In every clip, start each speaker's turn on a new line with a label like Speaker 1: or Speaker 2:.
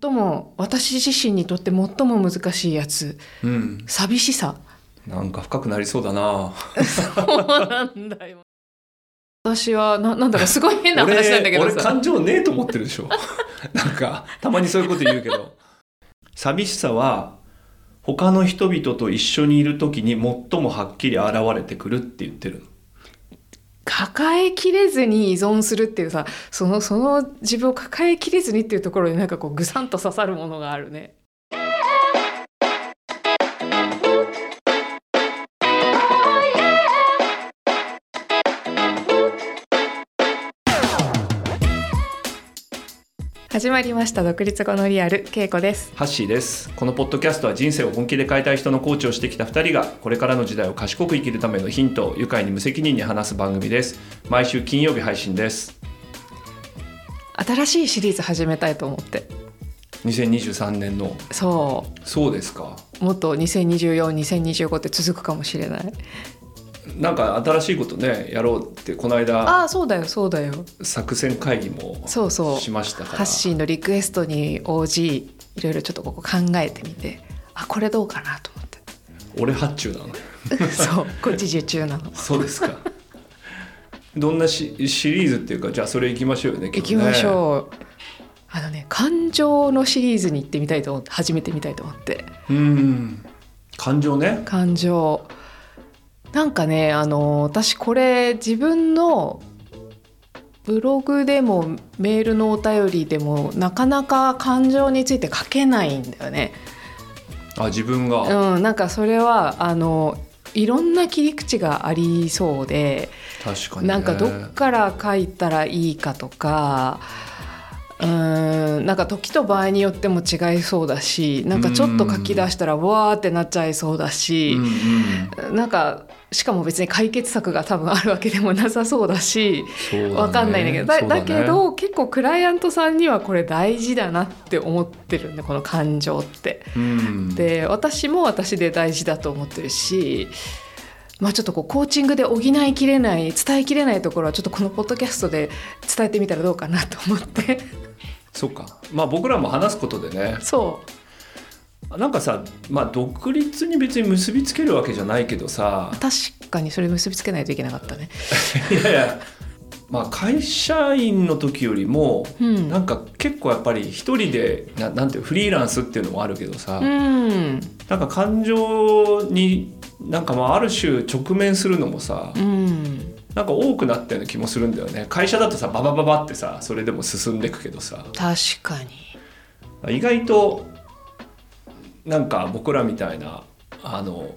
Speaker 1: 最も私自身にとって最も難しいやつ
Speaker 2: うん。
Speaker 1: 寂しさ
Speaker 2: なんか深くなりそうだな。
Speaker 1: そうなんだよ私はななんだかすごい変な話なんだけど
Speaker 2: 俺俺
Speaker 1: さ
Speaker 2: 感情ねえと思ってるでしょ なんかたまにそういうこと言うけど寂しさは他の人々と一緒にいる時に最もはっきり現れてくるって言ってるの
Speaker 1: 抱えきれずに依存するっていうさそのその自分を抱えきれずにっていうところになんかこうぐさんと刺さるものがあるね。始まりました独立後のリアルけいこです。
Speaker 2: ハッシーですこのポッドキャストは人生を本気で変えたい人のコーチをしてきた2人がこれからの時代を賢く生きるためのヒントを愉快に無責任に話す番組です毎週金曜日配信です
Speaker 1: 新しいシリーズ始めたいと思って。
Speaker 2: 2023年の
Speaker 1: そ
Speaker 2: そうですか
Speaker 1: う、もっと2024、2025って続くかもしれない。
Speaker 2: なんか新しいことねやろうってこの間
Speaker 1: ああ、そうだよ、そうだよ。
Speaker 2: 作戦会議も
Speaker 1: そうそう
Speaker 2: しましたから
Speaker 1: ハッシーのリクエストに応じいろいろちょっとここ考えてみてあこれどうかなと思っ
Speaker 2: 俺発注なの
Speaker 1: て そうこっち受注なの
Speaker 2: そうですか どんなシシリーズっていうかじゃあそれ行きましょうよね
Speaker 1: 行きましょう、あのね感情のシリーズに行ってみたいと思って始めてみたいと思って
Speaker 2: ううん感情ね
Speaker 1: 感情なんかねあの私これ自分のブログでもメールのお便りでもなかなか感情について書けないんだよね
Speaker 2: あ自分が、
Speaker 1: うん、なんかそれはあのいろんな切り口がありそうで
Speaker 2: 確かに、ね、
Speaker 1: なんかどっから書いたらいいかとかうーんなんか時と場合によっても違いそうだしなんかちょっと書き出したらわーってなっちゃいそうだ
Speaker 2: うんう
Speaker 1: し、
Speaker 2: ん
Speaker 1: なんかしかも別に解決策が多分あるわけでもなさそうだし。
Speaker 2: そうだね
Speaker 1: わかんないんだけどだ
Speaker 2: そうね
Speaker 1: だけど結構クライアントさんにはこれ大事だなって思ってるんでこの感情って。
Speaker 2: うん
Speaker 1: で私も私で大事だと思ってるし、まあ、ちょっとこうコーチングで補いきれない伝えきれないところはちょっとこのポッドキャストで伝えてみたらどうかなと思って
Speaker 2: そうかまあ僕らも話すことでね
Speaker 1: そ
Speaker 2: なんかさまあ独立に別に結びつけるわけじゃないけどさ
Speaker 1: う確かにそれ結びつけないといけなかったね。
Speaker 2: いやいやまあ会社員の時よりも
Speaker 1: うん
Speaker 2: なんか結構やっぱり一人でななんていうフリーランスっていうのもあるけどさ、
Speaker 1: うん
Speaker 2: なんか感情になんかまあある種直面するのもさ
Speaker 1: うん、
Speaker 2: なんか多くなったような気もするんだよね会社だとさババババってさそれでも進んでくけどさ
Speaker 1: 確かに
Speaker 2: 意外となんか僕らみたいなあの、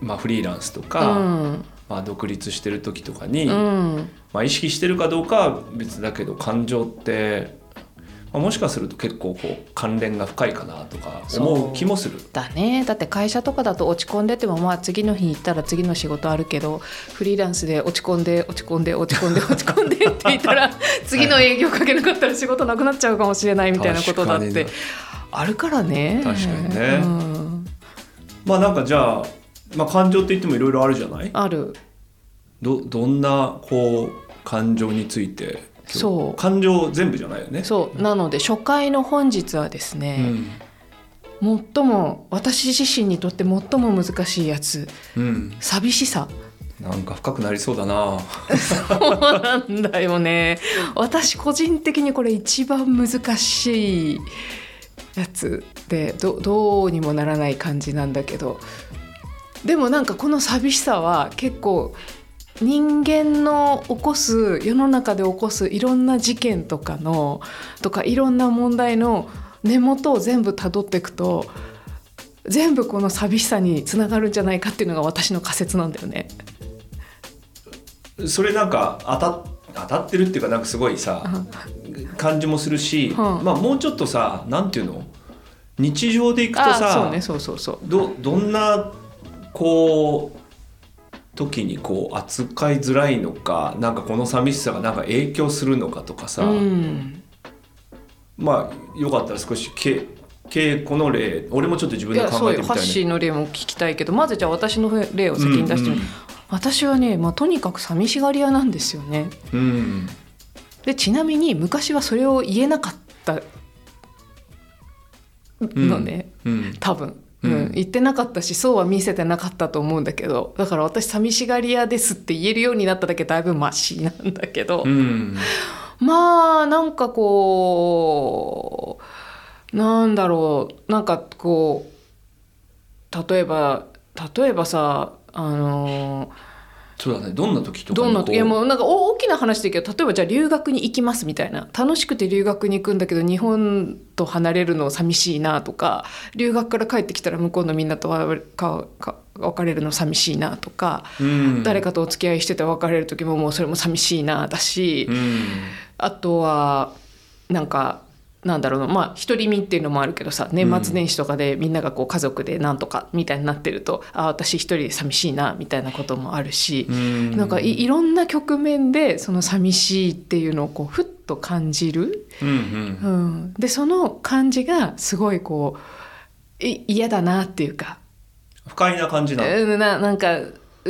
Speaker 2: まあ、フリーランスとか、
Speaker 1: うん
Speaker 2: まあ、独立してる時とかに、
Speaker 1: うん、
Speaker 2: まあ、意識してるかどうかは別だけど感情って、まあ、もしかすると結構こう関連が深いかなとか思う気もする。
Speaker 1: だねだって会社とかだと落ち込んでてもまあ次の日行ったら次の仕事あるけどフリーランスで落ち込んで落ち込んで落ち 込んで落ち込んでって言ったら次の営業かけなかったら仕事なくなっちゃうかもしれないみたいなことだっ
Speaker 2: 確かに
Speaker 1: て
Speaker 2: な
Speaker 1: あるからね。
Speaker 2: 確かにね
Speaker 1: うん
Speaker 2: まあなんかじゃあ、まあ、感情って言ってもいろいろあるじゃない
Speaker 1: ある
Speaker 2: どどんなこう感情について今日
Speaker 1: そう
Speaker 2: 感情全部じゃないよね
Speaker 1: そうなので初回の本日はです
Speaker 2: う
Speaker 1: ね、
Speaker 2: ん
Speaker 1: 最も私自身にとって最も難しいやつ
Speaker 2: うん、
Speaker 1: 寂しさ。
Speaker 2: なんか深くなりそうだな
Speaker 1: そうなんだよね私個人的にこれ一番難しいやつでどどうにもならない感じなんだけどでもなんかこの寂しさは結構人間の起こす世の中で起こすいろんな事件とかのとかいろんな問題の根元を全部たどっていくと全部この寂しさにつながるんじゃないかっていうのが私の仮説なんだよね。
Speaker 2: それなんか当たっ当たってるっていうかなんかすごいさ感じもするし、
Speaker 1: うん
Speaker 2: まあもうちょっとさなんていうの日常でいくと
Speaker 1: あ
Speaker 2: さ
Speaker 1: そうねそうそうそう
Speaker 2: どどんなこう時にこう扱いづらいのかなんかこの寂しさがなんか影響するのかとかさ、
Speaker 1: うん、
Speaker 2: まあよかったら少しけ稽古の例俺もちょっと自分
Speaker 1: い
Speaker 2: で
Speaker 1: やそ
Speaker 2: 考
Speaker 1: う
Speaker 2: えて
Speaker 1: よ
Speaker 2: み
Speaker 1: ハ
Speaker 2: た
Speaker 1: ッ
Speaker 2: い
Speaker 1: シ
Speaker 2: ね
Speaker 1: ーの例も聞きたいけどまずじゃあ私の例を先に出してみる、私はね、まあ、とにかく寂しがり屋なんですよね
Speaker 2: うんうん
Speaker 1: でちなみに昔はそれを言えなかったのね、
Speaker 2: うん
Speaker 1: 多分、う
Speaker 2: う
Speaker 1: んん言ってなかったしそうは見せてなかったと思うんだけどだから私寂しがり屋ですって言えるようになっただけだいぶマシなんだけど、
Speaker 2: うん
Speaker 1: まあなんかこうなんだろうなんかこう例えば例えばさあのー
Speaker 2: そうだねどんな時とか
Speaker 1: ど
Speaker 2: に
Speaker 1: んな
Speaker 2: こう
Speaker 1: いやもうなんかお大きな話でいいけど例えばじゃあ留学に行きますみたいな楽しくて留学に行くんだけど日本と離れるの寂しいなとか留学から帰ってきたら向こうのみんなとわかか別れるの寂しいなとか、
Speaker 2: うん
Speaker 1: 誰かとお付き合いしてて別れる時ももうそれも寂しいなだし、
Speaker 2: うん
Speaker 1: あとはなんかなんだろうなまあ独り身っていうのもあるけどさ年末年始とかでみんながこう家族でなんとかみたいになってると、あ私一人で寂しいなみたいなこともあるし。
Speaker 2: うん
Speaker 1: なんかいいろんな局面でその寂しいっていうのをこうふっと感じる、
Speaker 2: うんうん
Speaker 1: うん、でその感じがすごいこうい嫌だなっていうか
Speaker 2: 不快な感じなの
Speaker 1: うんななんか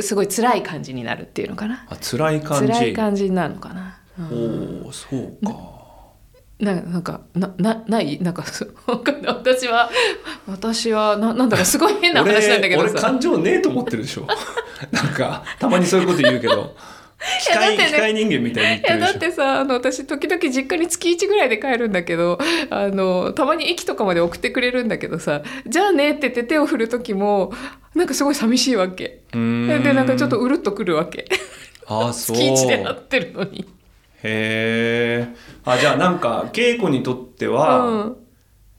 Speaker 1: すごい辛い感じになるっていうのかな
Speaker 2: あ辛い感じ
Speaker 1: 辛い感じになるのかな。うん
Speaker 2: おおそうか
Speaker 1: ななんかななないなんかそうわかんない私は私はななんだかすごい変な話なんだけど
Speaker 2: 俺俺
Speaker 1: さ
Speaker 2: 感情ねえと思ってるでし ょなんかたまにそういうこと言うけど機
Speaker 1: いやだ
Speaker 2: 械,、
Speaker 1: ってね
Speaker 2: 機械人間みたいに
Speaker 1: いや
Speaker 2: 言って
Speaker 1: だ
Speaker 2: る
Speaker 1: っ
Speaker 2: でして
Speaker 1: さあの私時々実家に月1ぐらいで帰るんだけどあのたまに駅とかまで送ってくれるんだけどさ「じゃあね」って言って手を振る時もなんかすごい寂しいわけ
Speaker 2: ょうー
Speaker 1: でなんかちょっとうるっとくるわけ
Speaker 2: あーそう
Speaker 1: 月1でなってるのに。
Speaker 2: へえあじゃあなんか恵子にとって
Speaker 1: う
Speaker 2: は、
Speaker 1: ん、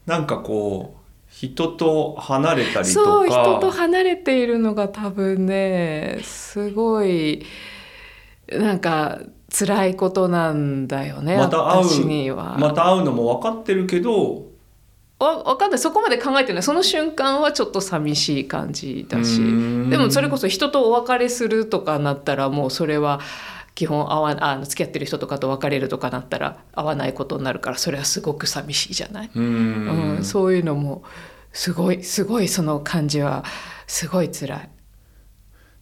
Speaker 2: なんかこう人と離れたりとか
Speaker 1: そう人と離れているのが多分ねすごいなんか辛いことなんだよね、
Speaker 2: また会う
Speaker 1: 私には。
Speaker 2: また会うのも分かってるけど
Speaker 1: わわかんないそこまで考えてないその瞬間はちょっと寂しい感じだし
Speaker 2: うーん
Speaker 1: でもそれこそ人とお別れするとかなったらもうそれは基本合わあの付き合ってる人とかと別れるとかなったら会わないことになるからそれはすごく寂しいじゃない、
Speaker 2: うー
Speaker 1: うんんそういうのもすごいすごいその感じはすごい辛い。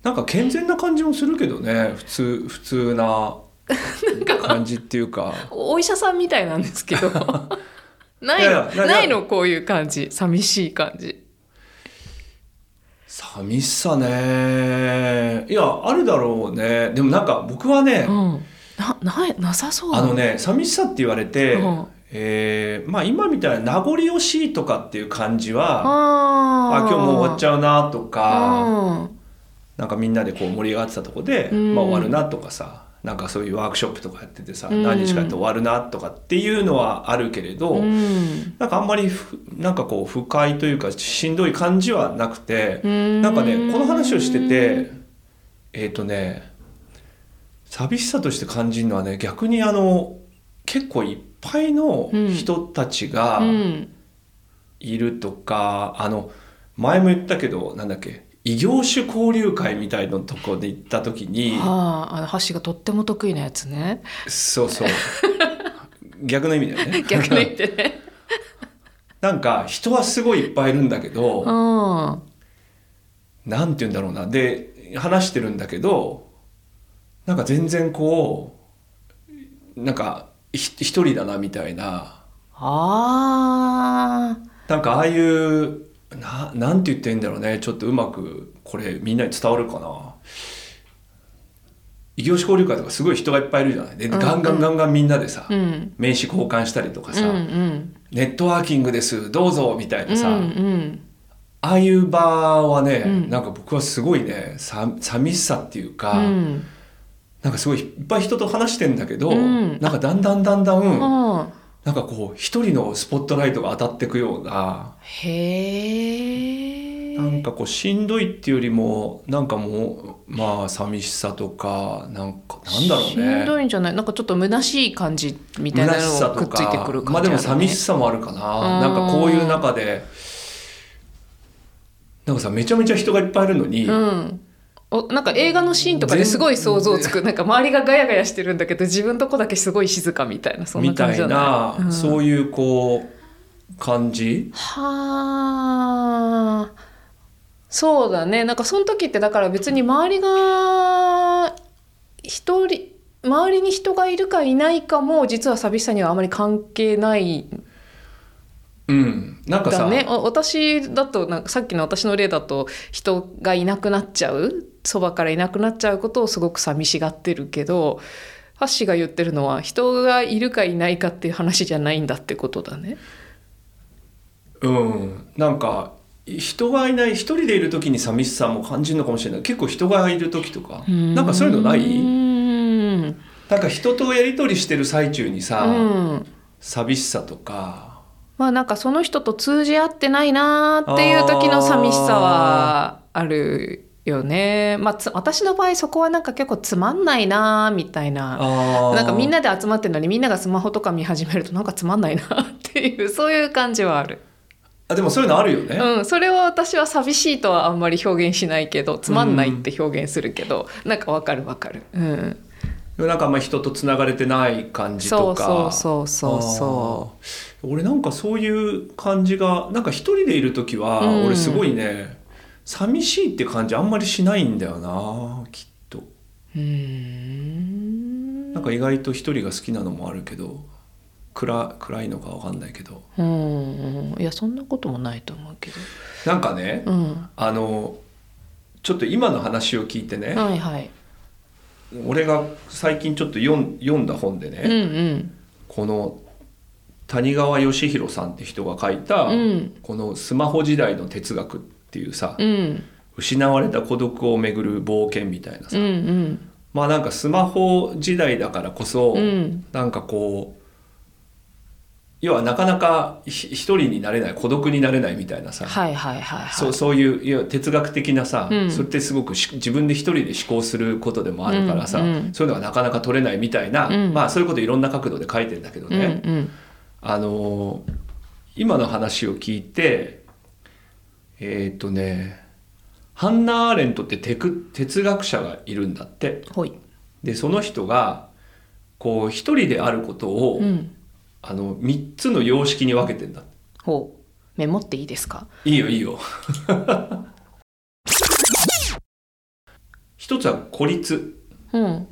Speaker 2: なんか健全な感じもするけどね普通普通 な感じっていうか
Speaker 1: お医者さんみたいなんですけ どない
Speaker 2: いやいや
Speaker 1: の
Speaker 2: いや
Speaker 1: ないのこういう感じ寂しい感じ。
Speaker 2: 寂しさねいやあるだろうねでもなんか僕はね、
Speaker 1: うん、なないなさそうだ
Speaker 2: あ
Speaker 1: な
Speaker 2: のね寂しさって言われて、
Speaker 1: うん
Speaker 2: えーまあ今みたいな名残惜しいとかっていう感じは
Speaker 1: あ
Speaker 2: あ今日もう終わっち
Speaker 1: ゃう
Speaker 2: ゃうなとか
Speaker 1: あ
Speaker 2: なんかみんなでこう盛り上がってたとこで、
Speaker 1: うん
Speaker 2: まあ、終わるなとかさなんかそういうワークショップとかやっててさ、
Speaker 1: うん
Speaker 2: 何日かやって終わるなとかっていうのはあるけれど、
Speaker 1: うん
Speaker 2: なんかあんまりふなんかこう不快というかしんどい感じはなくて、
Speaker 1: うん
Speaker 2: なんかねこの話をしててえっ、とね寂しさとして感じるのはね逆にあの結構いっぱいの人たちが
Speaker 1: うん
Speaker 2: いるとか、あの前も言ったけどなんだっけ異業種交流会みたいなとこで行った時に
Speaker 1: はああの箸がとっても得意なやつ ね
Speaker 2: そう そう逆の意味だよね
Speaker 1: 逆に言ってね
Speaker 2: なんか人はすごいいっぱいいるんだけど、
Speaker 1: うん
Speaker 2: なんて言うんだろうなで話してるんだけどなんか全然こうなんかひ一人だなみたいな
Speaker 1: あ
Speaker 2: なんかああいうななんて言っていいんだろうねちょっとうまくこれみんなに伝わるかな異業種交流会とかすごい人がいっぱいいるじゃないで、
Speaker 1: んうん
Speaker 2: ガンガンガンガンみんなでさ、
Speaker 1: ーうん
Speaker 2: 名刺交換したりとか
Speaker 1: うん
Speaker 2: さ、
Speaker 1: うん
Speaker 2: ネットワーキングですどうぞみたいなさ、
Speaker 1: うんうん
Speaker 2: ああいう場はね、
Speaker 1: うん
Speaker 2: なんか僕はすごいねさ寂しさっていうか、
Speaker 1: うん
Speaker 2: なんかすごいいっぱい人と話してんだけど、
Speaker 1: うん
Speaker 2: なんかだんだんだんだん、
Speaker 1: うん
Speaker 2: なんかこう一人のスポットライトが当たってくような、
Speaker 1: へえ
Speaker 2: なんかこうしんどいっていうよりもなんかもうまあ寂しさとかなんかなんだろうね
Speaker 1: しんどいんじゃないなんかちょっと虚しい感じみたいな
Speaker 2: 虚し
Speaker 1: の
Speaker 2: さ
Speaker 1: が
Speaker 2: と
Speaker 1: くっついてくる感じ
Speaker 2: まあでも
Speaker 1: るね
Speaker 2: 寂しさもあるかな、
Speaker 1: うん
Speaker 2: なんかこういう中でなんかさめちゃめちゃ人がいっぱいいるのに、
Speaker 1: うん、おなんか映画のシーンとかですごい想像つくなんか周りがガヤガヤしてるんだけど自分とこだけすごい静かみたいなそんな
Speaker 2: み
Speaker 1: 感
Speaker 2: た
Speaker 1: じじゃ
Speaker 2: い
Speaker 1: な
Speaker 2: な、
Speaker 1: い、うん
Speaker 2: そういうこう感じ
Speaker 1: はあそうだねなんかその時ってだから別に周りが一人周りに人がいるかいないかも実は寂しさにはあまり関係ない
Speaker 2: うんなんかさ
Speaker 1: だねあ私だとなんかさっきの私の例だと人がいなくなっちゃうそばからいなくなっちゃうことをすごく寂しがってるけどハッシーが言ってるのは人がいるかいないかっていう話じゃないんだってことだね。
Speaker 2: うんなんか人がいない一人でいる時に寂しさも感じるのかもしれない結構人がいる時とかなんかそういうのな
Speaker 1: う
Speaker 2: い
Speaker 1: ーん
Speaker 2: なんか人とやり取りしてる最中にさ、
Speaker 1: うん
Speaker 2: 寂しさとか
Speaker 1: まあなんかその人と通じ合ってないなーっていう時の寂しさはあるよね。まあつ私の場合そこはなんか結構つまんないなーみたいな。
Speaker 2: あー
Speaker 1: なんかみんなで集まってるのにみんながスマホとか見始めるとなんかつまんないなっていう そういう感じはある、
Speaker 2: あでもそういうのあるよね、
Speaker 1: うん、それは私は寂しいとはあんまり表現しないけどつまんないって表現するけど、なんかわかるわかる、うん、
Speaker 2: でもなんかあんま人とつながれてない感じ
Speaker 1: そ
Speaker 2: と
Speaker 1: う
Speaker 2: か
Speaker 1: そうそうそうそう
Speaker 2: 俺なんかそういう感じがなんか一人でいる時は
Speaker 1: うん
Speaker 2: 俺すごいね、寂しいって感じあんまりしないんだよなきっと
Speaker 1: ううーん
Speaker 2: なんか意外と一人が好きなのもあるけど暗暗いのかわかんないけど
Speaker 1: うんうんいやそんなこともないと思うけど、
Speaker 2: なんかね、
Speaker 1: うん、
Speaker 2: あのちょっと今の話を聞いてね、
Speaker 1: はいはい
Speaker 2: 俺が最近ちょっと読ん読んだ本でね、
Speaker 1: うんうん
Speaker 2: この谷川義弘さんって人が書いた、
Speaker 1: うん
Speaker 2: この「スマホ時代の哲学」っていうさ、
Speaker 1: うん
Speaker 2: 失われた孤独をめぐる冒険みたいな
Speaker 1: う
Speaker 2: さ、
Speaker 1: んうん
Speaker 2: まあなんかスマホ時代だからこそ、
Speaker 1: うん
Speaker 2: なんかこう要はなかなかひ一人になれない孤独になれないみたいなさ、
Speaker 1: はいはいはいはい
Speaker 2: そうそういういや哲学的なさ、
Speaker 1: うん
Speaker 2: それってすごくし自分で一人で思考することでもあるからさ、
Speaker 1: うんうん
Speaker 2: そういうのがなかなか取れないみたいな、
Speaker 1: うん
Speaker 2: まあそういうこといろんな角度で書いてんだけどね、
Speaker 1: うんうん
Speaker 2: あのー今の話を聞いてえっ、とねハンナ・アーレントってテク哲学者がいるんだって
Speaker 1: ほい
Speaker 2: でその人がこう一人であることを、
Speaker 1: うん
Speaker 2: あの3つの様式に分けてんだって
Speaker 1: ほうメモっていいですか
Speaker 2: いいよいいよ 一つは孤立
Speaker 1: うん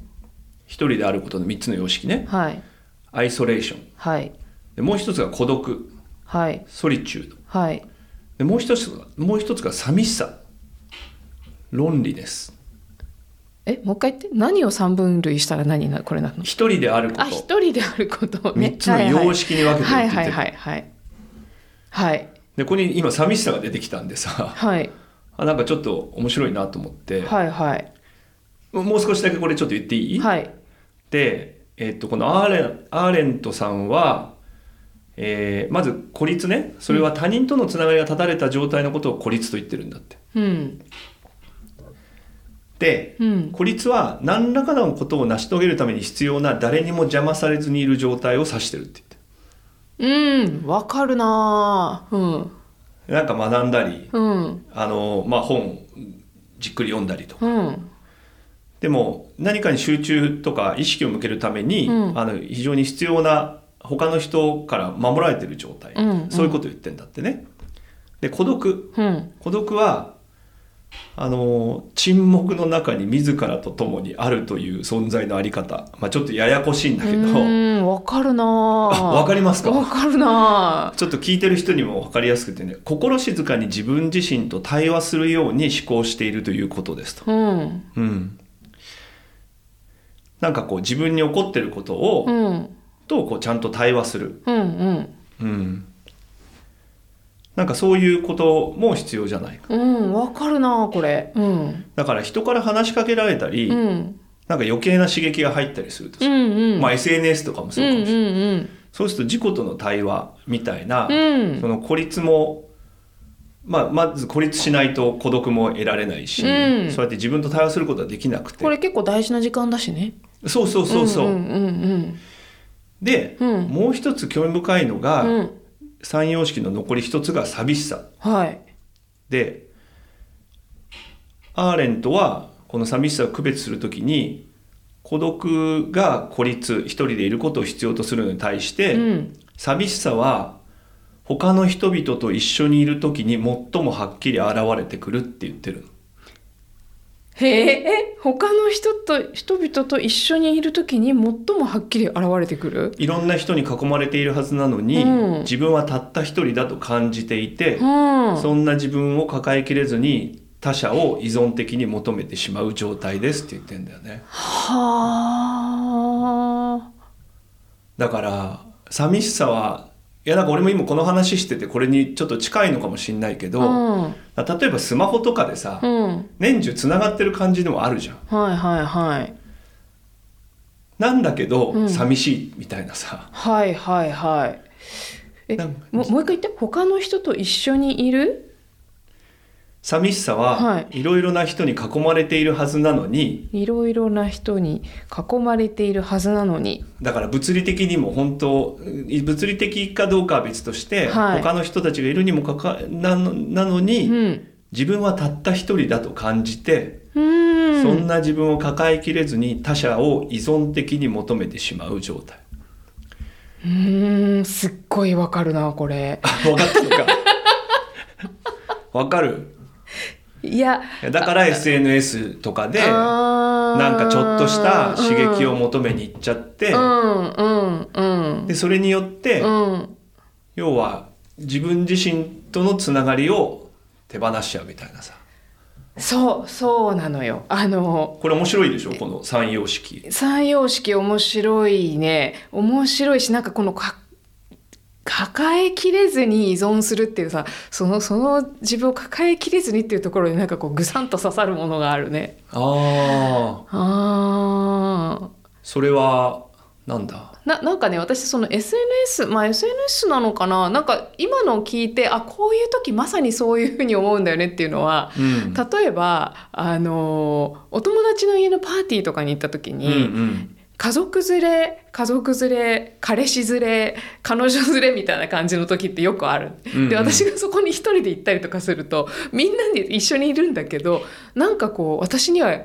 Speaker 2: 一人であることの3つの様式ね
Speaker 1: はい
Speaker 2: アイソレーション
Speaker 1: はい
Speaker 2: でもう一つが孤独
Speaker 1: はい
Speaker 2: ソリチュード
Speaker 1: はい
Speaker 2: でもう一つがもう一つが寂しさロンリネス
Speaker 1: えもう一回言って何を三分類したら何になるこれなの
Speaker 2: 一人であるこ
Speaker 1: あ
Speaker 2: と
Speaker 1: 一人であることをね
Speaker 2: 3つの様式に分けてるっ
Speaker 1: は
Speaker 2: て
Speaker 1: い
Speaker 2: 言って
Speaker 1: はい
Speaker 2: る
Speaker 1: はいはいはい
Speaker 2: でここに今寂しさが出てきたんでさ
Speaker 1: はい
Speaker 2: あなんかちょっと面白いなと思って、
Speaker 1: はいはい
Speaker 2: もうもう少しだけこれちょっと言っていい、
Speaker 1: はい
Speaker 2: で、えっとこのアーレンアーレントさんは、えーまず孤立ねそれは他人とのつながりが断たれた状態のことを孤立と言ってるんだって。
Speaker 1: うん
Speaker 2: で
Speaker 1: うん
Speaker 2: 孤立は何らかのことを成し遂げるために必要な誰にも邪魔されずにいる状態を指してるって言って
Speaker 1: うんわかるなー
Speaker 2: なんか学んだり
Speaker 1: うんうん
Speaker 2: あの、まあ、本じっくり読んだりとか
Speaker 1: うん
Speaker 2: でも何かに集中とか意識を向けるために、
Speaker 1: うん
Speaker 2: あの非常に必要な他の人から守られてる状態、
Speaker 1: うんうん
Speaker 2: そういうことを言ってんだってね。で孤独
Speaker 1: うん
Speaker 2: 孤独はあの沈黙の中に自らと共にあるという存在のあり方、まあ、ちょっとややこしいんだけど、
Speaker 1: うんわかるなー
Speaker 2: あわかりますか
Speaker 1: わかるな
Speaker 2: ちょっと聞いてる人にも分かりやすくてね心静かに自分自身と対話するように思考しているということですと。
Speaker 1: ーうん
Speaker 2: うん、なんかこう自分に起こってることを、
Speaker 1: うん
Speaker 2: とこうちゃんと対話する、
Speaker 1: うんうん
Speaker 2: うん、なんかそういうことも必要じゃないか
Speaker 1: うんわかるなーこれうん
Speaker 2: だから人から話しかけられたり、
Speaker 1: うん
Speaker 2: なんか余計な刺激が入ったりすると
Speaker 1: う、んうん
Speaker 2: まあ、SNS とかもそううかもしれ
Speaker 1: ん
Speaker 2: ない、
Speaker 1: うん
Speaker 2: そうすると自己との対話みたいな、
Speaker 1: うんうん
Speaker 2: その孤立も、まあ、まず孤立しないと孤独も得られないし、
Speaker 1: うん
Speaker 2: そうやって自分と対話することはできなくて
Speaker 1: これ結構大事な時間だしね
Speaker 2: そうそうそうそう、
Speaker 1: うんうん
Speaker 2: で、
Speaker 1: うんうん
Speaker 2: もう一つ興味深いのが、
Speaker 1: うんうん
Speaker 2: 三様式の残り一つが寂しさ
Speaker 1: はい
Speaker 2: でアーレントはこの寂しさを区別するときに孤独が孤立一人でいることを必要とするのに対して、
Speaker 1: うん
Speaker 2: 寂しさは他の人々と一緒にいる時に最もはっきり現れてくるって言ってるの
Speaker 1: へえ他の人と人々と一緒にいる時に最もはっきり現れてくる
Speaker 2: いろんな人に囲まれているはずなのに、
Speaker 1: うん
Speaker 2: 自分はたった一人だと感じていて、
Speaker 1: うん
Speaker 2: そんな自分を抱えきれずに他者を依存的に求めてしまう状態ですって言ってんだよね
Speaker 1: はあ
Speaker 2: だから寂しさはいやなんか俺も今この話しててこれにちょっと近いのかもしんないけど、
Speaker 1: うん
Speaker 2: 例えばスマホとかでさ、
Speaker 1: うん
Speaker 2: 年中つながってる感じでもあるじゃん
Speaker 1: はいはいはい
Speaker 2: なんだけど、
Speaker 1: うん
Speaker 2: 寂しいみたいなさ
Speaker 1: はいはいはいえ
Speaker 2: なんか
Speaker 1: ももう一回言って他の人と一緒にいる
Speaker 2: 寂しさ
Speaker 1: は
Speaker 2: はいろいろな人に囲まれているはずなのに
Speaker 1: いろいろな人に囲まれているはずなのに
Speaker 2: だから物理的にも本当物理的かどうかは別として、
Speaker 1: はい
Speaker 2: 他の人たちがいるにもかかなのなの
Speaker 1: う
Speaker 2: に、
Speaker 1: ん
Speaker 2: 自分はたった一人だと感じて、
Speaker 1: うん
Speaker 2: そんな自分を抱えきれずに他者を依存的に求めてしまう状 態。
Speaker 1: うーんすっごいわかるなこれ
Speaker 2: あ分かった のかわかる
Speaker 1: いや
Speaker 2: いやだから SNS とかでな
Speaker 1: なん
Speaker 2: かちょっとした刺激を求めに行っちゃって
Speaker 1: うんうんうん
Speaker 2: でそれによって
Speaker 1: うん
Speaker 2: 要は自分自身とのつながりを手放しちゃうみたいなさ
Speaker 1: そうそうなのよあの
Speaker 2: これ面白いでしょこの三様式
Speaker 1: 三様式面白いね面白いしなんかこのか抱えきれずに依存するっていうさそのその自分を抱えきれずにっていうところになんかこうぐさんと刺さるものがあるね
Speaker 2: ああ
Speaker 1: あー
Speaker 2: それはなんだ
Speaker 1: ななんかね私その SNS まあ SNS なのかななんか今のを聞いてあこういう時まさにそういうふうに思うんだよねっていうのは
Speaker 2: うん
Speaker 1: 例えばあのお友達の家のパーティーとかに行った時
Speaker 2: うんう
Speaker 1: に、
Speaker 2: ん
Speaker 1: 家族連れ家族連れ彼氏連れ彼女連れみたいな感じの時ってよくある。
Speaker 2: うんうん
Speaker 1: で私がそこに一人で行ったりとかするとみんなで一緒にいるんだけどなんかこう私には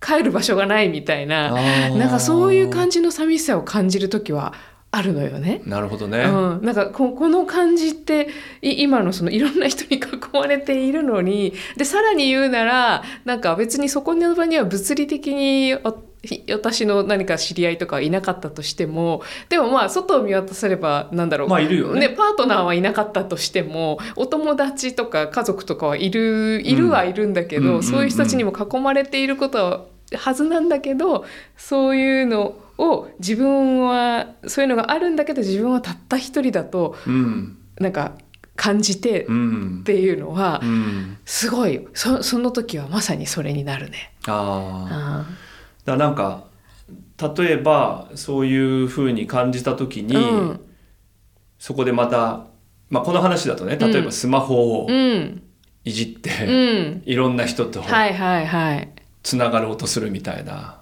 Speaker 1: 帰る場所がないみたいななんかそういう感
Speaker 2: じ
Speaker 1: じの寂しさを感じる時はあるのよね。
Speaker 2: なるほど
Speaker 1: う
Speaker 2: ね、
Speaker 1: ん、なんかここの感じってい今のそのいろんな人に囲まれているのにでさらに言うならなんか別にそこの場には物理的におひ私の何か知り合いとかはいなかったとしてもでもまあ外を見渡せればなんだろう、
Speaker 2: まあいるよね
Speaker 1: ね、パートナーはいなかったとしてもお友達とか家族とかはいるいるはいるんだけ
Speaker 2: うんうん
Speaker 1: ど、
Speaker 2: うん
Speaker 1: そういう人たちにも囲まれていることははずなんだけどそういうのを自分はそういうのがあるんだけど自分はたった一人だと
Speaker 2: うん
Speaker 1: なんか感じてっ
Speaker 2: うん
Speaker 1: ていうのは
Speaker 2: うん
Speaker 1: すごいそその時はまさにそれになるね。
Speaker 2: ああ
Speaker 1: あ
Speaker 2: だからなんか例えばそういうふうに感じた時に、
Speaker 1: ーうん
Speaker 2: そこでまた、まあ、この話だとね
Speaker 1: うん
Speaker 2: 例えばスマホを
Speaker 1: うん
Speaker 2: いじって、
Speaker 1: うん
Speaker 2: いろんな人と
Speaker 1: はいはいはい。
Speaker 2: つながろうとするみたいな、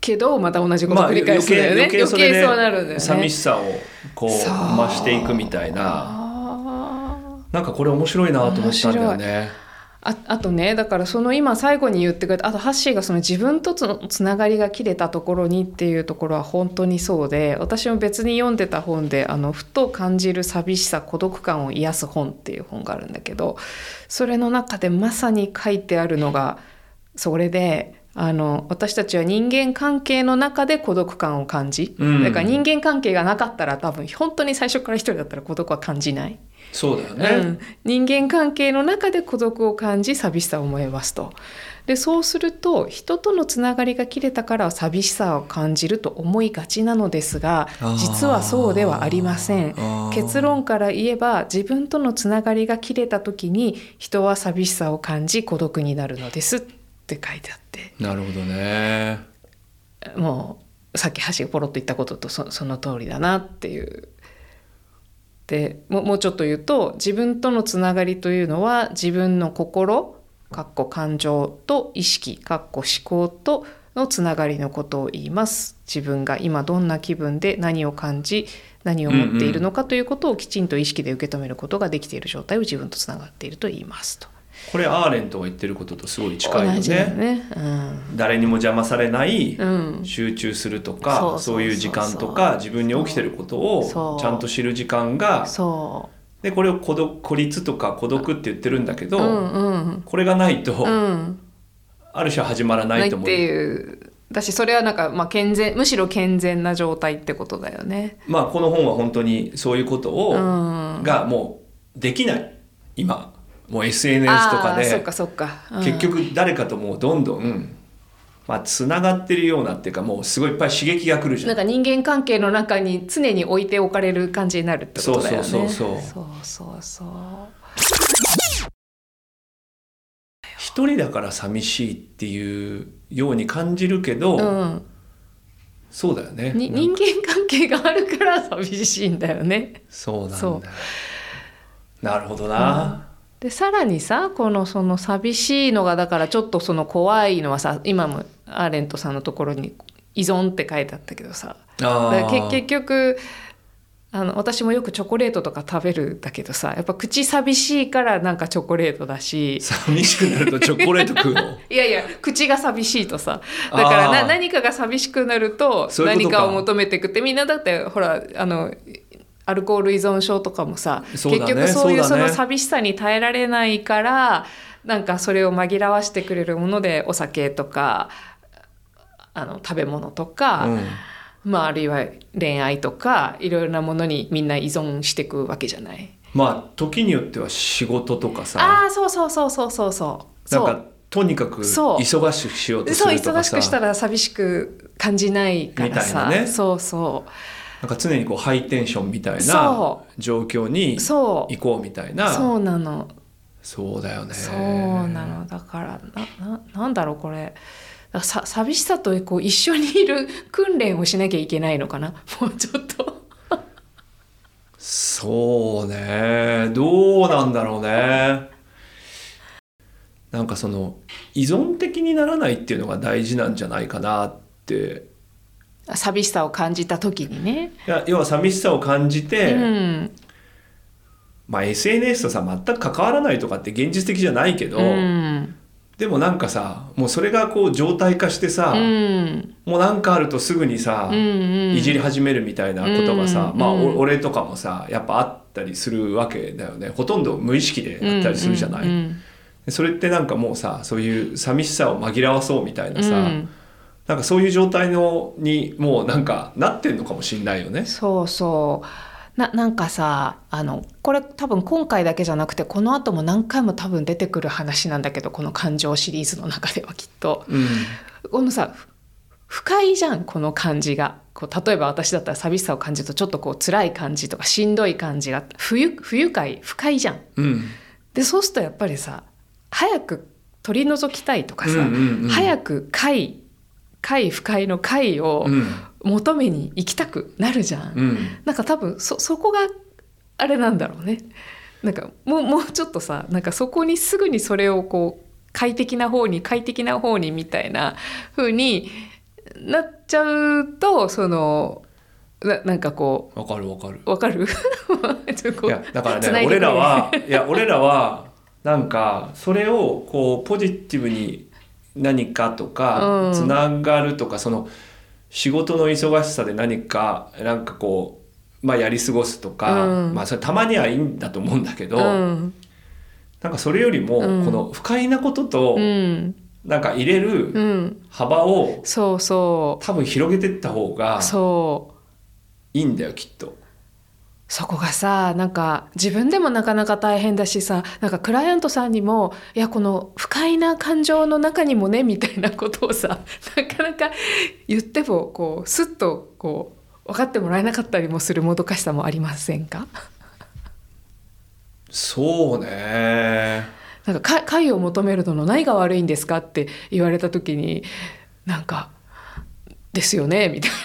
Speaker 1: けどまた同じこと繰り返すんだよね。
Speaker 2: 余計余計それで
Speaker 1: そうなるんだよね。
Speaker 2: 寂しさをこう
Speaker 1: そう
Speaker 2: 増していくみたいな
Speaker 1: あ
Speaker 2: なんかこれ面白いなと思ったんだよね。
Speaker 1: ーああとねだからその今最後に言ってくれたあとハッシーがその自分とつのつながりが切れたところにっていうところは本当にそうで私も別に読んでた本で「あのふと感じる寂しさ孤独感を癒す本」っていう本があるんだけどそれの中でまさに書いてあるのがそれであの私たちは人間関係の中で孤独感を感じ、
Speaker 2: うん
Speaker 1: だから人間関係がなかったら多分本当に最初から一人だったら孤独は感じない。
Speaker 2: そうだよ
Speaker 1: う
Speaker 2: ね
Speaker 1: ん、人間関係の中で孤独を感じ寂しさを思いますとでそうすると人とのつながりが切れたから寂しさを感じると思いがちなのですが
Speaker 2: あー
Speaker 1: 実はそうではありません
Speaker 2: あー
Speaker 1: 結論から言えば自分とのつながりが切れた時に人は寂しさを感じ孤独になるのですって書いてあって
Speaker 2: なるほどね
Speaker 1: もうさっき橋がポロッと言ったこととそその通りだなっていう。でもうもうちょっと言うと自分とのつながりというのは自分の心かっこ感情と意識かっこ思考とのつながりのことを言います自分が今どんな気分で何を感じ何を持っているのかということをきちんと意識で受け止めることができている状態を自分とつながっていると言いますと。
Speaker 2: これアーレントが言ってることとすごい近いよ
Speaker 1: 同じだよ
Speaker 2: ね。
Speaker 1: ね。
Speaker 2: 誰にも邪魔されない
Speaker 1: うん、うん
Speaker 2: 集中すると
Speaker 1: そう
Speaker 2: か
Speaker 1: そう
Speaker 2: そういう時間と
Speaker 1: そ
Speaker 2: か
Speaker 1: う
Speaker 2: 自分に起きてること
Speaker 1: そ
Speaker 2: を
Speaker 1: う
Speaker 2: ちゃんと知る時間が
Speaker 1: そ
Speaker 2: でこれを孤独孤立とか孤独って言ってるんだけ
Speaker 1: う。
Speaker 2: ど、
Speaker 1: うんうん
Speaker 2: これがないと、
Speaker 1: うん
Speaker 2: ある種は始まらないと
Speaker 1: っ
Speaker 2: 思う
Speaker 1: ていうだしそれはなんか、まあ、健全むしろ健全な状態ってことだよね。
Speaker 2: まあこの本は本当にそういうことを、
Speaker 1: うん、
Speaker 2: がもうできない今もう SNS とか
Speaker 1: あーそっ
Speaker 2: で
Speaker 1: かそっか、うん
Speaker 2: 結局誰かともうどんどんまあつながってるようなっていうかもうすごいいっぱい刺激が来るじゃ
Speaker 1: なん
Speaker 2: ん
Speaker 1: か人間関係の中に常に置いておかれる感じになるってことだよね。
Speaker 2: そうそうそう
Speaker 1: そうそうそう
Speaker 2: 一人だから寂しいっていうように感じるけど、
Speaker 1: うん、
Speaker 2: そうだよね
Speaker 1: に
Speaker 2: なん
Speaker 1: 人間
Speaker 2: か
Speaker 1: 関係があるから寂しいんだよね。
Speaker 2: そうなんだ
Speaker 1: そ
Speaker 2: なるほどな、
Speaker 1: でさらにさこのその寂しいのがだからちょっとその怖いのはさ今もアーレントさんのところに「依存」って書いてあったけどさだ
Speaker 2: あ
Speaker 1: から
Speaker 2: あ
Speaker 1: け結局あの私もよくチョコレートとか食べるんだけどさやっぱ口寂しいからなんかチョコレートだし
Speaker 2: 寂しくなるとチョコレート 食うの
Speaker 1: いやいや口が寂しいとさだから
Speaker 2: あ
Speaker 1: な
Speaker 2: ー
Speaker 1: 何かが寂しくなると
Speaker 2: そういうこと
Speaker 1: 何
Speaker 2: か
Speaker 1: かを求めてくってみんなだってほらあのアルコール依存症とかもさ、
Speaker 2: そう
Speaker 1: 結
Speaker 2: だね
Speaker 1: 局そういう
Speaker 2: そ
Speaker 1: そ
Speaker 2: うだね
Speaker 1: の寂しさに耐えられないからなんかそれを紛らわしてくれるものでお酒とかあの食べ物とか、
Speaker 2: うん
Speaker 1: まあ、あるいは恋愛とかいろいろなものにみんな依存していくわけじゃない。
Speaker 2: まあ時によっては仕事とかさ
Speaker 1: ああそうそうそうそうそうそう。
Speaker 2: なん
Speaker 1: そう
Speaker 2: かとにかく
Speaker 1: そう
Speaker 2: 忙しくしようとす
Speaker 1: そう
Speaker 2: ると
Speaker 1: 忙
Speaker 2: か
Speaker 1: し
Speaker 2: さ
Speaker 1: くしたら寂しく感じないから
Speaker 2: みた
Speaker 1: さ、
Speaker 2: いなね
Speaker 1: そうそう
Speaker 2: なんか常にこうハイテンションみたいな
Speaker 1: そ
Speaker 2: 状況に
Speaker 1: そう
Speaker 2: 行こうみたいな
Speaker 1: そうなの
Speaker 2: そうだよね
Speaker 1: そうなのだからなななんだろうこれだからさ寂しさとこう一緒にいる訓練をしなきゃいけないのかな もうちょっと
Speaker 2: そうねどうなんだろうねなんかその依存的にならないっていうのが大事なんじゃないかなって
Speaker 1: あ寂しさを感じた時にね、
Speaker 2: いや要は寂しさを感じて、
Speaker 1: うん
Speaker 2: まあ SNS とさ全く関わらないとかって現実的じゃないけど、
Speaker 1: うん
Speaker 2: でもなんかさもうそれがこう状態化してさ、
Speaker 1: うん
Speaker 2: もうなんかあるとすぐにさ、
Speaker 1: うん
Speaker 2: いじり始めるみたいなことがさ、
Speaker 1: うん
Speaker 2: まあ、お
Speaker 1: うん
Speaker 2: 俺とかもさやっぱあったりするわけだよねほとんど無意識でやったりするじゃな
Speaker 1: う
Speaker 2: い、
Speaker 1: んうん
Speaker 2: それってなんかもうさそういう寂しさを紛らわそうみたいなさ、
Speaker 1: うん
Speaker 2: なんかそういう状態のにもうなんかなってんのかもしんないよね。
Speaker 1: そうそうななんかさあのこれ多分今回だけじゃなくてこの後も何回も多分出てくる話なんだけどこの感情シリーズの中ではきっと
Speaker 2: うん、
Speaker 1: このさふ不快じゃんこの感じがこう例えば私だったら寂しさを感じるとちょっとこう辛い感じとかしんどい感じが不愉不愉快不快じゃん
Speaker 2: うん
Speaker 1: でそうするとやっぱりさ早く取り除きたいとかさ、
Speaker 2: うんうんうん
Speaker 1: 早く快快不快の快を
Speaker 2: うん
Speaker 1: 求めに行きたくなるじゃん
Speaker 2: うん
Speaker 1: なんか多分そそこがあれなんだろうねなんかもうもうちょっとさなんかそこにすぐにそれをこう快適な方に快適な方にみたいな風になっちゃうとそのななんかこ
Speaker 2: わかるわかる。
Speaker 1: うわかる
Speaker 2: いやだから
Speaker 1: 繋
Speaker 2: ね
Speaker 1: い
Speaker 2: 俺
Speaker 1: でくれ
Speaker 2: らはいや俺らはなんかそれをこうポジティブに何かとか
Speaker 1: うん
Speaker 2: つながるとか、その仕事の忙しさで何かなんかこう、まあ、やり過ごすとか、
Speaker 1: うん
Speaker 2: まあそれたまにはいいんだと思うんだけど、
Speaker 1: うん
Speaker 2: なんかそれよりもこ
Speaker 1: うん
Speaker 2: の不快なことと
Speaker 1: うん
Speaker 2: なんか入れ
Speaker 1: う
Speaker 2: る
Speaker 1: ん
Speaker 2: 幅を
Speaker 1: そうそ
Speaker 2: 多分広げてった方が
Speaker 1: うそう
Speaker 2: いいんだよきっと。
Speaker 1: そこがさなんか自分でもなかなか大変だしさなんかクライアントさんにもいやこの不快な感情の中にもねみたいなことをさ なかなか言ってもこうスッとこう分かってもらえなかったりもするもどかしさもありませんか
Speaker 2: そうね
Speaker 1: なんかか解を求めるのの何が悪いんですかって言われた時になんか「ですよね」みたいな。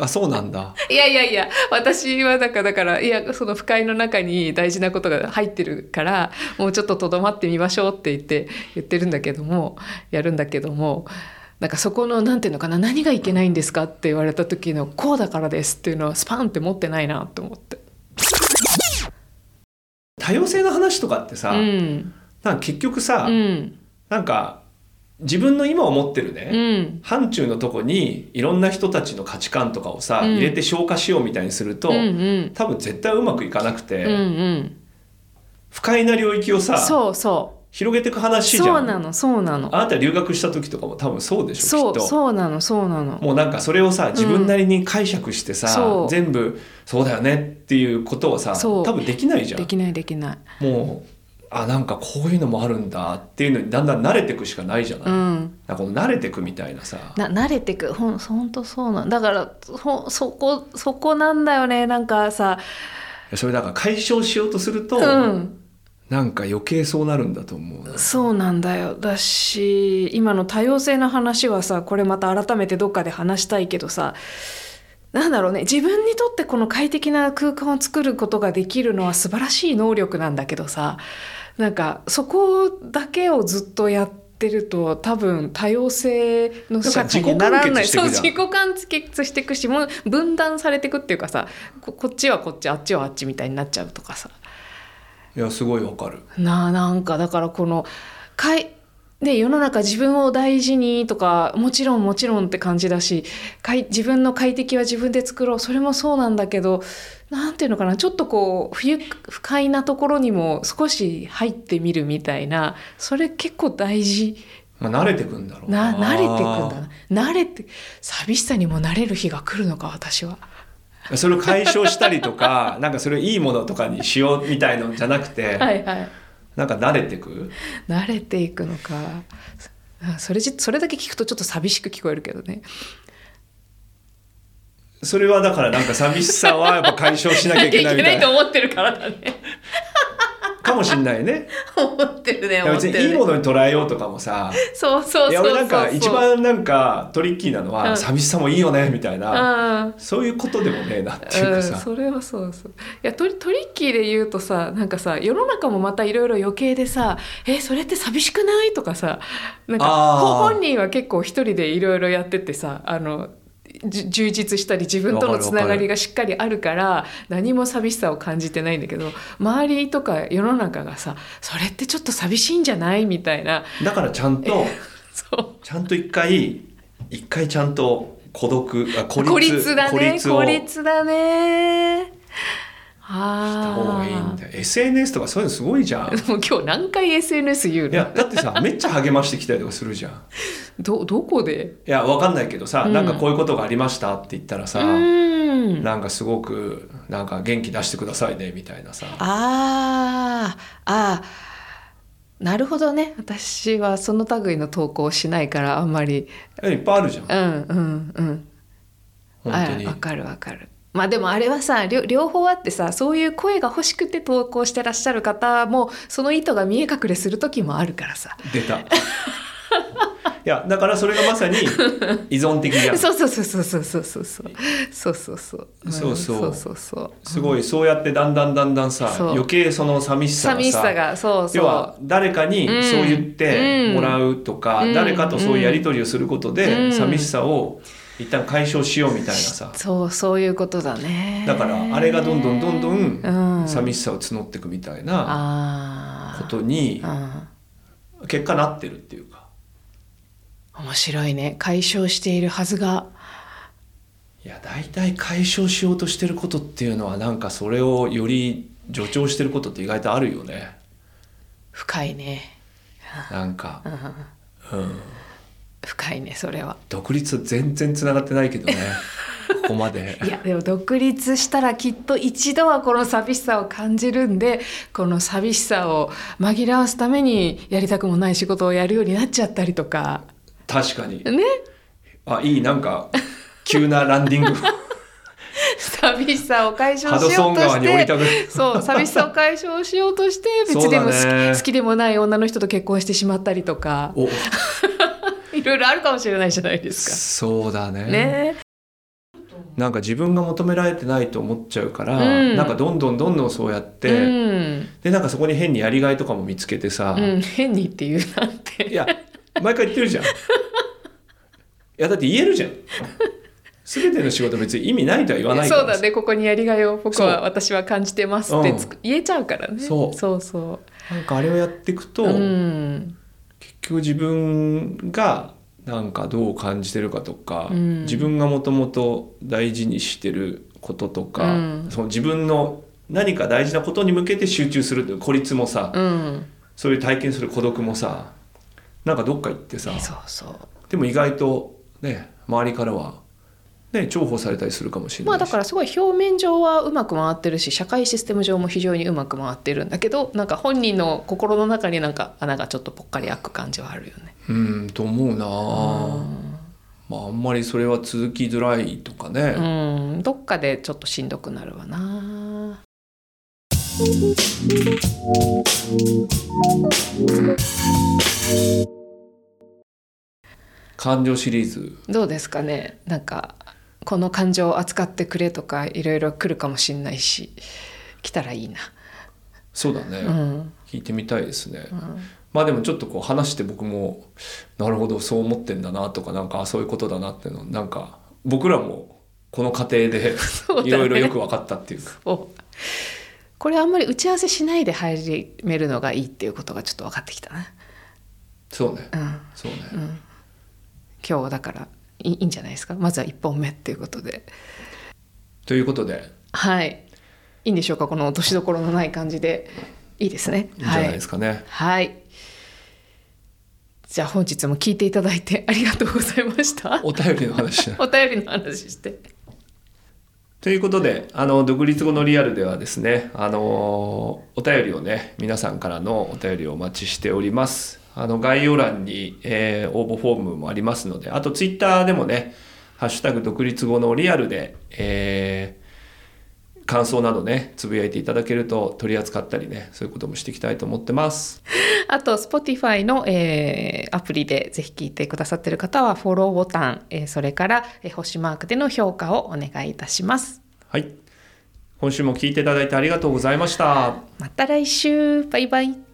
Speaker 2: あそうなんだ。
Speaker 1: いやいやいや私はだからだからいやその不快の中に大事なことが入ってるからもうちょっととどまってみましょうって言って言ってるんだけどもやるんだけどもなんかそこのなんていうのかな何がいけないんですかって言われた時のこうだからですっていうのはスパンって持ってないなと思って。
Speaker 2: 多様性の話とかってさ、
Speaker 1: うん
Speaker 2: なんか結局さ、
Speaker 1: うん
Speaker 2: なんか自分の今を持ってる
Speaker 1: う
Speaker 2: ね、
Speaker 1: ん
Speaker 2: 範疇のとこにいろんな人たちの価値観とかをさ、
Speaker 1: うん
Speaker 2: 入れて消化しようみたいにすると、
Speaker 1: うんうん
Speaker 2: 多分絶対うまくいかなくて、
Speaker 1: うんうん
Speaker 2: 不快な領域をさ
Speaker 1: そうそ
Speaker 2: 広げていく話じゃん
Speaker 1: そうなのそうなの
Speaker 2: あなた留学した時とかも多分そうでしょ
Speaker 1: そ
Speaker 2: きっ
Speaker 1: う
Speaker 2: と
Speaker 1: そうなのそうなの
Speaker 2: もうなんかそれをさ自分なりに解釈してさ、
Speaker 1: そう
Speaker 2: 全部そうだよねっていうことをさ
Speaker 1: そ
Speaker 2: 多
Speaker 1: う
Speaker 2: 分できないじゃ
Speaker 1: で
Speaker 2: ん
Speaker 1: きないできない
Speaker 2: もうあなんかこういうのもあるんだっていうのにだんだん慣れていくしかないじゃない、
Speaker 1: うん
Speaker 2: なんかこの慣れていくみたいなさ
Speaker 1: な慣れてくほんほんとそうなんだからほんそこそこなんだよねなんかさ
Speaker 2: それだから解消しようとすると、
Speaker 1: うん
Speaker 2: なんか余計そうなるんだと思うな
Speaker 1: そうなんだよだし今の多様性の話はさこれまた改めてどっかで話したいけどさなんだろうね自分にとってこの快適な空間を作ることができるのは素晴らしい能力なんだけどさなんかそこだけをずっとやってると多分多様性の社会にならない
Speaker 2: なんか
Speaker 1: そう
Speaker 2: 自
Speaker 1: 自
Speaker 2: 己
Speaker 1: 己完結していくしもう分断されていくっていうかさここっちはこっちあっちはあっちみたいになっちゃうとかさ
Speaker 2: いやすごいわかる
Speaker 1: なあなんかだからこのかいで世の中自分を大事にとかもちろんもちろんって感じだしかい自分の快適は自分で作ろうそれもそうなんだけどなんていうのかなちょっとこう不愉不快なところにも少し入ってみるみたいなそれ結構大事
Speaker 2: まあ、慣れてくんだろう
Speaker 1: な慣れていくんだな慣れて寂しさにも慣れる日が来るのか私は。
Speaker 2: だそれを解消したりとか なんかそれをいいものとかにしようみたいのじゃなくて、
Speaker 1: はいはい
Speaker 2: なんか慣れてく
Speaker 1: 慣れていくのかそそれじそれだけ聞くとちょっと寂しく聞こえるけどね。
Speaker 2: それはだからなんか寂しさはやっぱ解消しなきゃいけないみたい な
Speaker 1: と思ってるからだね
Speaker 2: かもしんないね
Speaker 1: 思ってるね
Speaker 2: いや
Speaker 1: 思っ
Speaker 2: 別
Speaker 1: て
Speaker 2: にいい
Speaker 1: る
Speaker 2: も
Speaker 1: ね
Speaker 2: のに捉えようとかもさ
Speaker 1: そうそうそうそう
Speaker 2: いや俺なんか一番なんかトリッキーなの
Speaker 1: う
Speaker 2: は
Speaker 1: ん
Speaker 2: 寂しさもいいよねみたいな、
Speaker 1: あ
Speaker 2: そういうことでもねえなっていう
Speaker 1: う
Speaker 2: か
Speaker 1: ん、
Speaker 2: さ、
Speaker 1: それはそうそういやトリトリッキーで言うとさなんかさ世の中もまたいろいろ余計でさ「えそれって寂しくない?」とかさなんか
Speaker 2: あー
Speaker 1: 本人は結構一人でいろいろやっててさあのじ充実したり自分とのつながりがしっかりあるから何も寂しさを感じてないんだけど周りとか世の中がさ「それってちょっと寂しいんじゃない?」みたいな
Speaker 2: だからちゃんと
Speaker 1: そう
Speaker 2: ちゃんと一回一回ちゃんと孤独あ
Speaker 1: 孤
Speaker 2: 孤立
Speaker 1: 立だね孤
Speaker 2: 孤
Speaker 1: 立
Speaker 2: 立を
Speaker 1: だね
Speaker 2: した方
Speaker 1: あ
Speaker 2: がいいん
Speaker 1: あ
Speaker 2: だよ SNS とかそういうのすごいじゃんい
Speaker 1: もう今日何回 SNS 言う
Speaker 2: や
Speaker 1: の
Speaker 2: だっ てさめっちゃ励ましてきたりとかするじゃん
Speaker 1: どどこで
Speaker 2: いやわかんないけどさ、
Speaker 1: うん
Speaker 2: なんかこういうことがありましたって言ったら
Speaker 1: う
Speaker 2: さ、
Speaker 1: んあ
Speaker 2: なんかすごくなんか元気出してくださいねみたいなさ
Speaker 1: あーあーなるほどね私はその類の投稿をしないからあんまり
Speaker 2: いっぱいあるじゃん
Speaker 1: うんうんうん
Speaker 2: 本当に
Speaker 1: あわかるわかるまあでもあれはさ両両方あってさそういう声が欲しくて投稿してらっしゃる方もその意図が見え隠れする時もあるからさ
Speaker 2: 出たいやだからそれがまさに依存的じゃ ん
Speaker 1: そうそうそうそうそうそうそうそうそうそううん
Speaker 2: そうそう
Speaker 1: そうそう
Speaker 2: すごいそうやってだんだんだんだんさ
Speaker 1: そう
Speaker 2: 余計その寂しさが
Speaker 1: 寂し
Speaker 2: さ
Speaker 1: さがそうそう
Speaker 2: 要は誰かに
Speaker 1: うん
Speaker 2: そう言ってもらうとか、
Speaker 1: うん
Speaker 2: 誰かとそういうやり取りをすること
Speaker 1: う
Speaker 2: で
Speaker 1: ん
Speaker 2: 寂しさを一旦解消しようみたいなさ
Speaker 1: そうそういうことだね
Speaker 2: だからあれがどんどんどんどん寂
Speaker 1: し
Speaker 2: しさを募っていくみたいなこ
Speaker 1: あ
Speaker 2: とに
Speaker 1: あ
Speaker 2: 結果なってるっていうか
Speaker 1: うん面白いね解消しているはずが
Speaker 2: いや大体解消しようとしてることっていうのはなんかそれをより助長してることって意外とあるよね
Speaker 1: 深いね、
Speaker 2: なんか
Speaker 1: うん、
Speaker 2: うん
Speaker 1: 深いねそれは
Speaker 2: 独立は全然つながってな いけどねここまで
Speaker 1: いやでも独立したらきっと一度はこの寂しさを感じるんでこの寂しさを紛らわすためにやりたくもない仕事をやるようになっちゃったりとか
Speaker 2: 確かに
Speaker 1: ね
Speaker 2: あいいなんか急なランディ ング
Speaker 1: 寂しさを解消
Speaker 2: ハド
Speaker 1: しよ
Speaker 2: ソ
Speaker 1: う
Speaker 2: ン
Speaker 1: と
Speaker 2: 川
Speaker 1: し
Speaker 2: に降り
Speaker 1: て
Speaker 2: たく
Speaker 1: そう寂しさを解消しようとして別
Speaker 2: そう
Speaker 1: で
Speaker 2: だ
Speaker 1: も好
Speaker 2: ね
Speaker 1: き,、好きでもない女の人と結婚してしまったりとか
Speaker 2: お
Speaker 1: いろいろあるかもしれないじゃないです
Speaker 2: そうだね
Speaker 1: か。ね
Speaker 2: なんか自分が求められてないと思っちゃうから、
Speaker 1: うん
Speaker 2: なんかどんどんどんどんそうやって、
Speaker 1: うん
Speaker 2: でなんかそこに変にやりがいとかも見つけてさ、
Speaker 1: うん、変にっていうなん
Speaker 2: い
Speaker 1: て
Speaker 2: や毎回言ってるじゃんいやだって言えるじゃん全ての仕事別に意味ないとは言わないから
Speaker 1: そうだねここにやりがいを僕
Speaker 2: そ
Speaker 1: は
Speaker 2: う
Speaker 1: 私は感じてますってつく言えちゃうからね
Speaker 2: そう
Speaker 1: そうそう
Speaker 2: なんかあれをやっていくと、
Speaker 1: うん
Speaker 2: 結局自分がなんかどう感じてるかとか、
Speaker 1: うん
Speaker 2: 自分がもともと大事にしてることとか、
Speaker 1: うん
Speaker 2: その自分の何か大事なことに向けて集中するっていう孤立もさ、
Speaker 1: うん
Speaker 2: そういう体験する孤独もさなんかどっか行ってさ
Speaker 1: そうそう
Speaker 2: でも意外とね周りからはね重宝されたりするかもしれ
Speaker 1: ま
Speaker 2: な
Speaker 1: あ
Speaker 2: い
Speaker 1: だ
Speaker 2: し、
Speaker 1: からすごい表面上はうまく回ってるし社会システム上も非常にうまく回ってるんだけどなんか本人の心の中になんか穴がちょっとぽっかり開く感じはあるよね。
Speaker 2: うんと思うなあ,、まあ、あんまりそれは続きづらいとかね、
Speaker 1: うんうんどっかでちょっとしんどくなるわな。
Speaker 2: 感情シリーズ
Speaker 1: どうですかねなんかこの感情を扱ってくれとかいろいろ来るかもしんないし来たらいいな。
Speaker 2: そうだね、
Speaker 1: うん
Speaker 2: 聞いてみたいですね、
Speaker 1: うん
Speaker 2: まあでもちょっとこう話して僕もなるほどそう思ってんだなとかなんかあそういうことだなっていうのなんか僕らもこの過程で
Speaker 1: うだね
Speaker 2: いろいろよく分かったっていうか
Speaker 1: おこれあんまり打ち合わせしないで入めるのがいいっていうことがちょっと分かってきたな。
Speaker 2: そうね
Speaker 1: うん
Speaker 2: そうね、
Speaker 1: 今日だからいいいいんじゃないですかまずは1本目っていうことで
Speaker 2: ということで
Speaker 1: はいいいんでしょうかこの落としどころのない感じでいいですね
Speaker 2: いいんじゃないですかね、
Speaker 1: はい、はい、じゃあ本日も聞いていただいて ありがとうございました
Speaker 2: お便りの話しない
Speaker 1: お便りの話して
Speaker 2: ということで、あの、独立後のリアルではですね、あの、お便りをね、皆さんからのお便りをお待ちしております。あの、概要欄に、えー応募フォームもありますので、あと、ツイッターでもね、ハッシュタグ独立後のリアルで、えー感想などね、つぶやいていただけると取り扱ったりね、そういうこともしていきたいと思ってます。
Speaker 1: あと Spotify の、えーアプリでぜひ聞いてくださってる方はフォローボタン、えーそれから、えー星マークでの評価をお願いいたします
Speaker 2: はい。今週も聞いていただいてありがとうございました。
Speaker 1: また来週バイバイ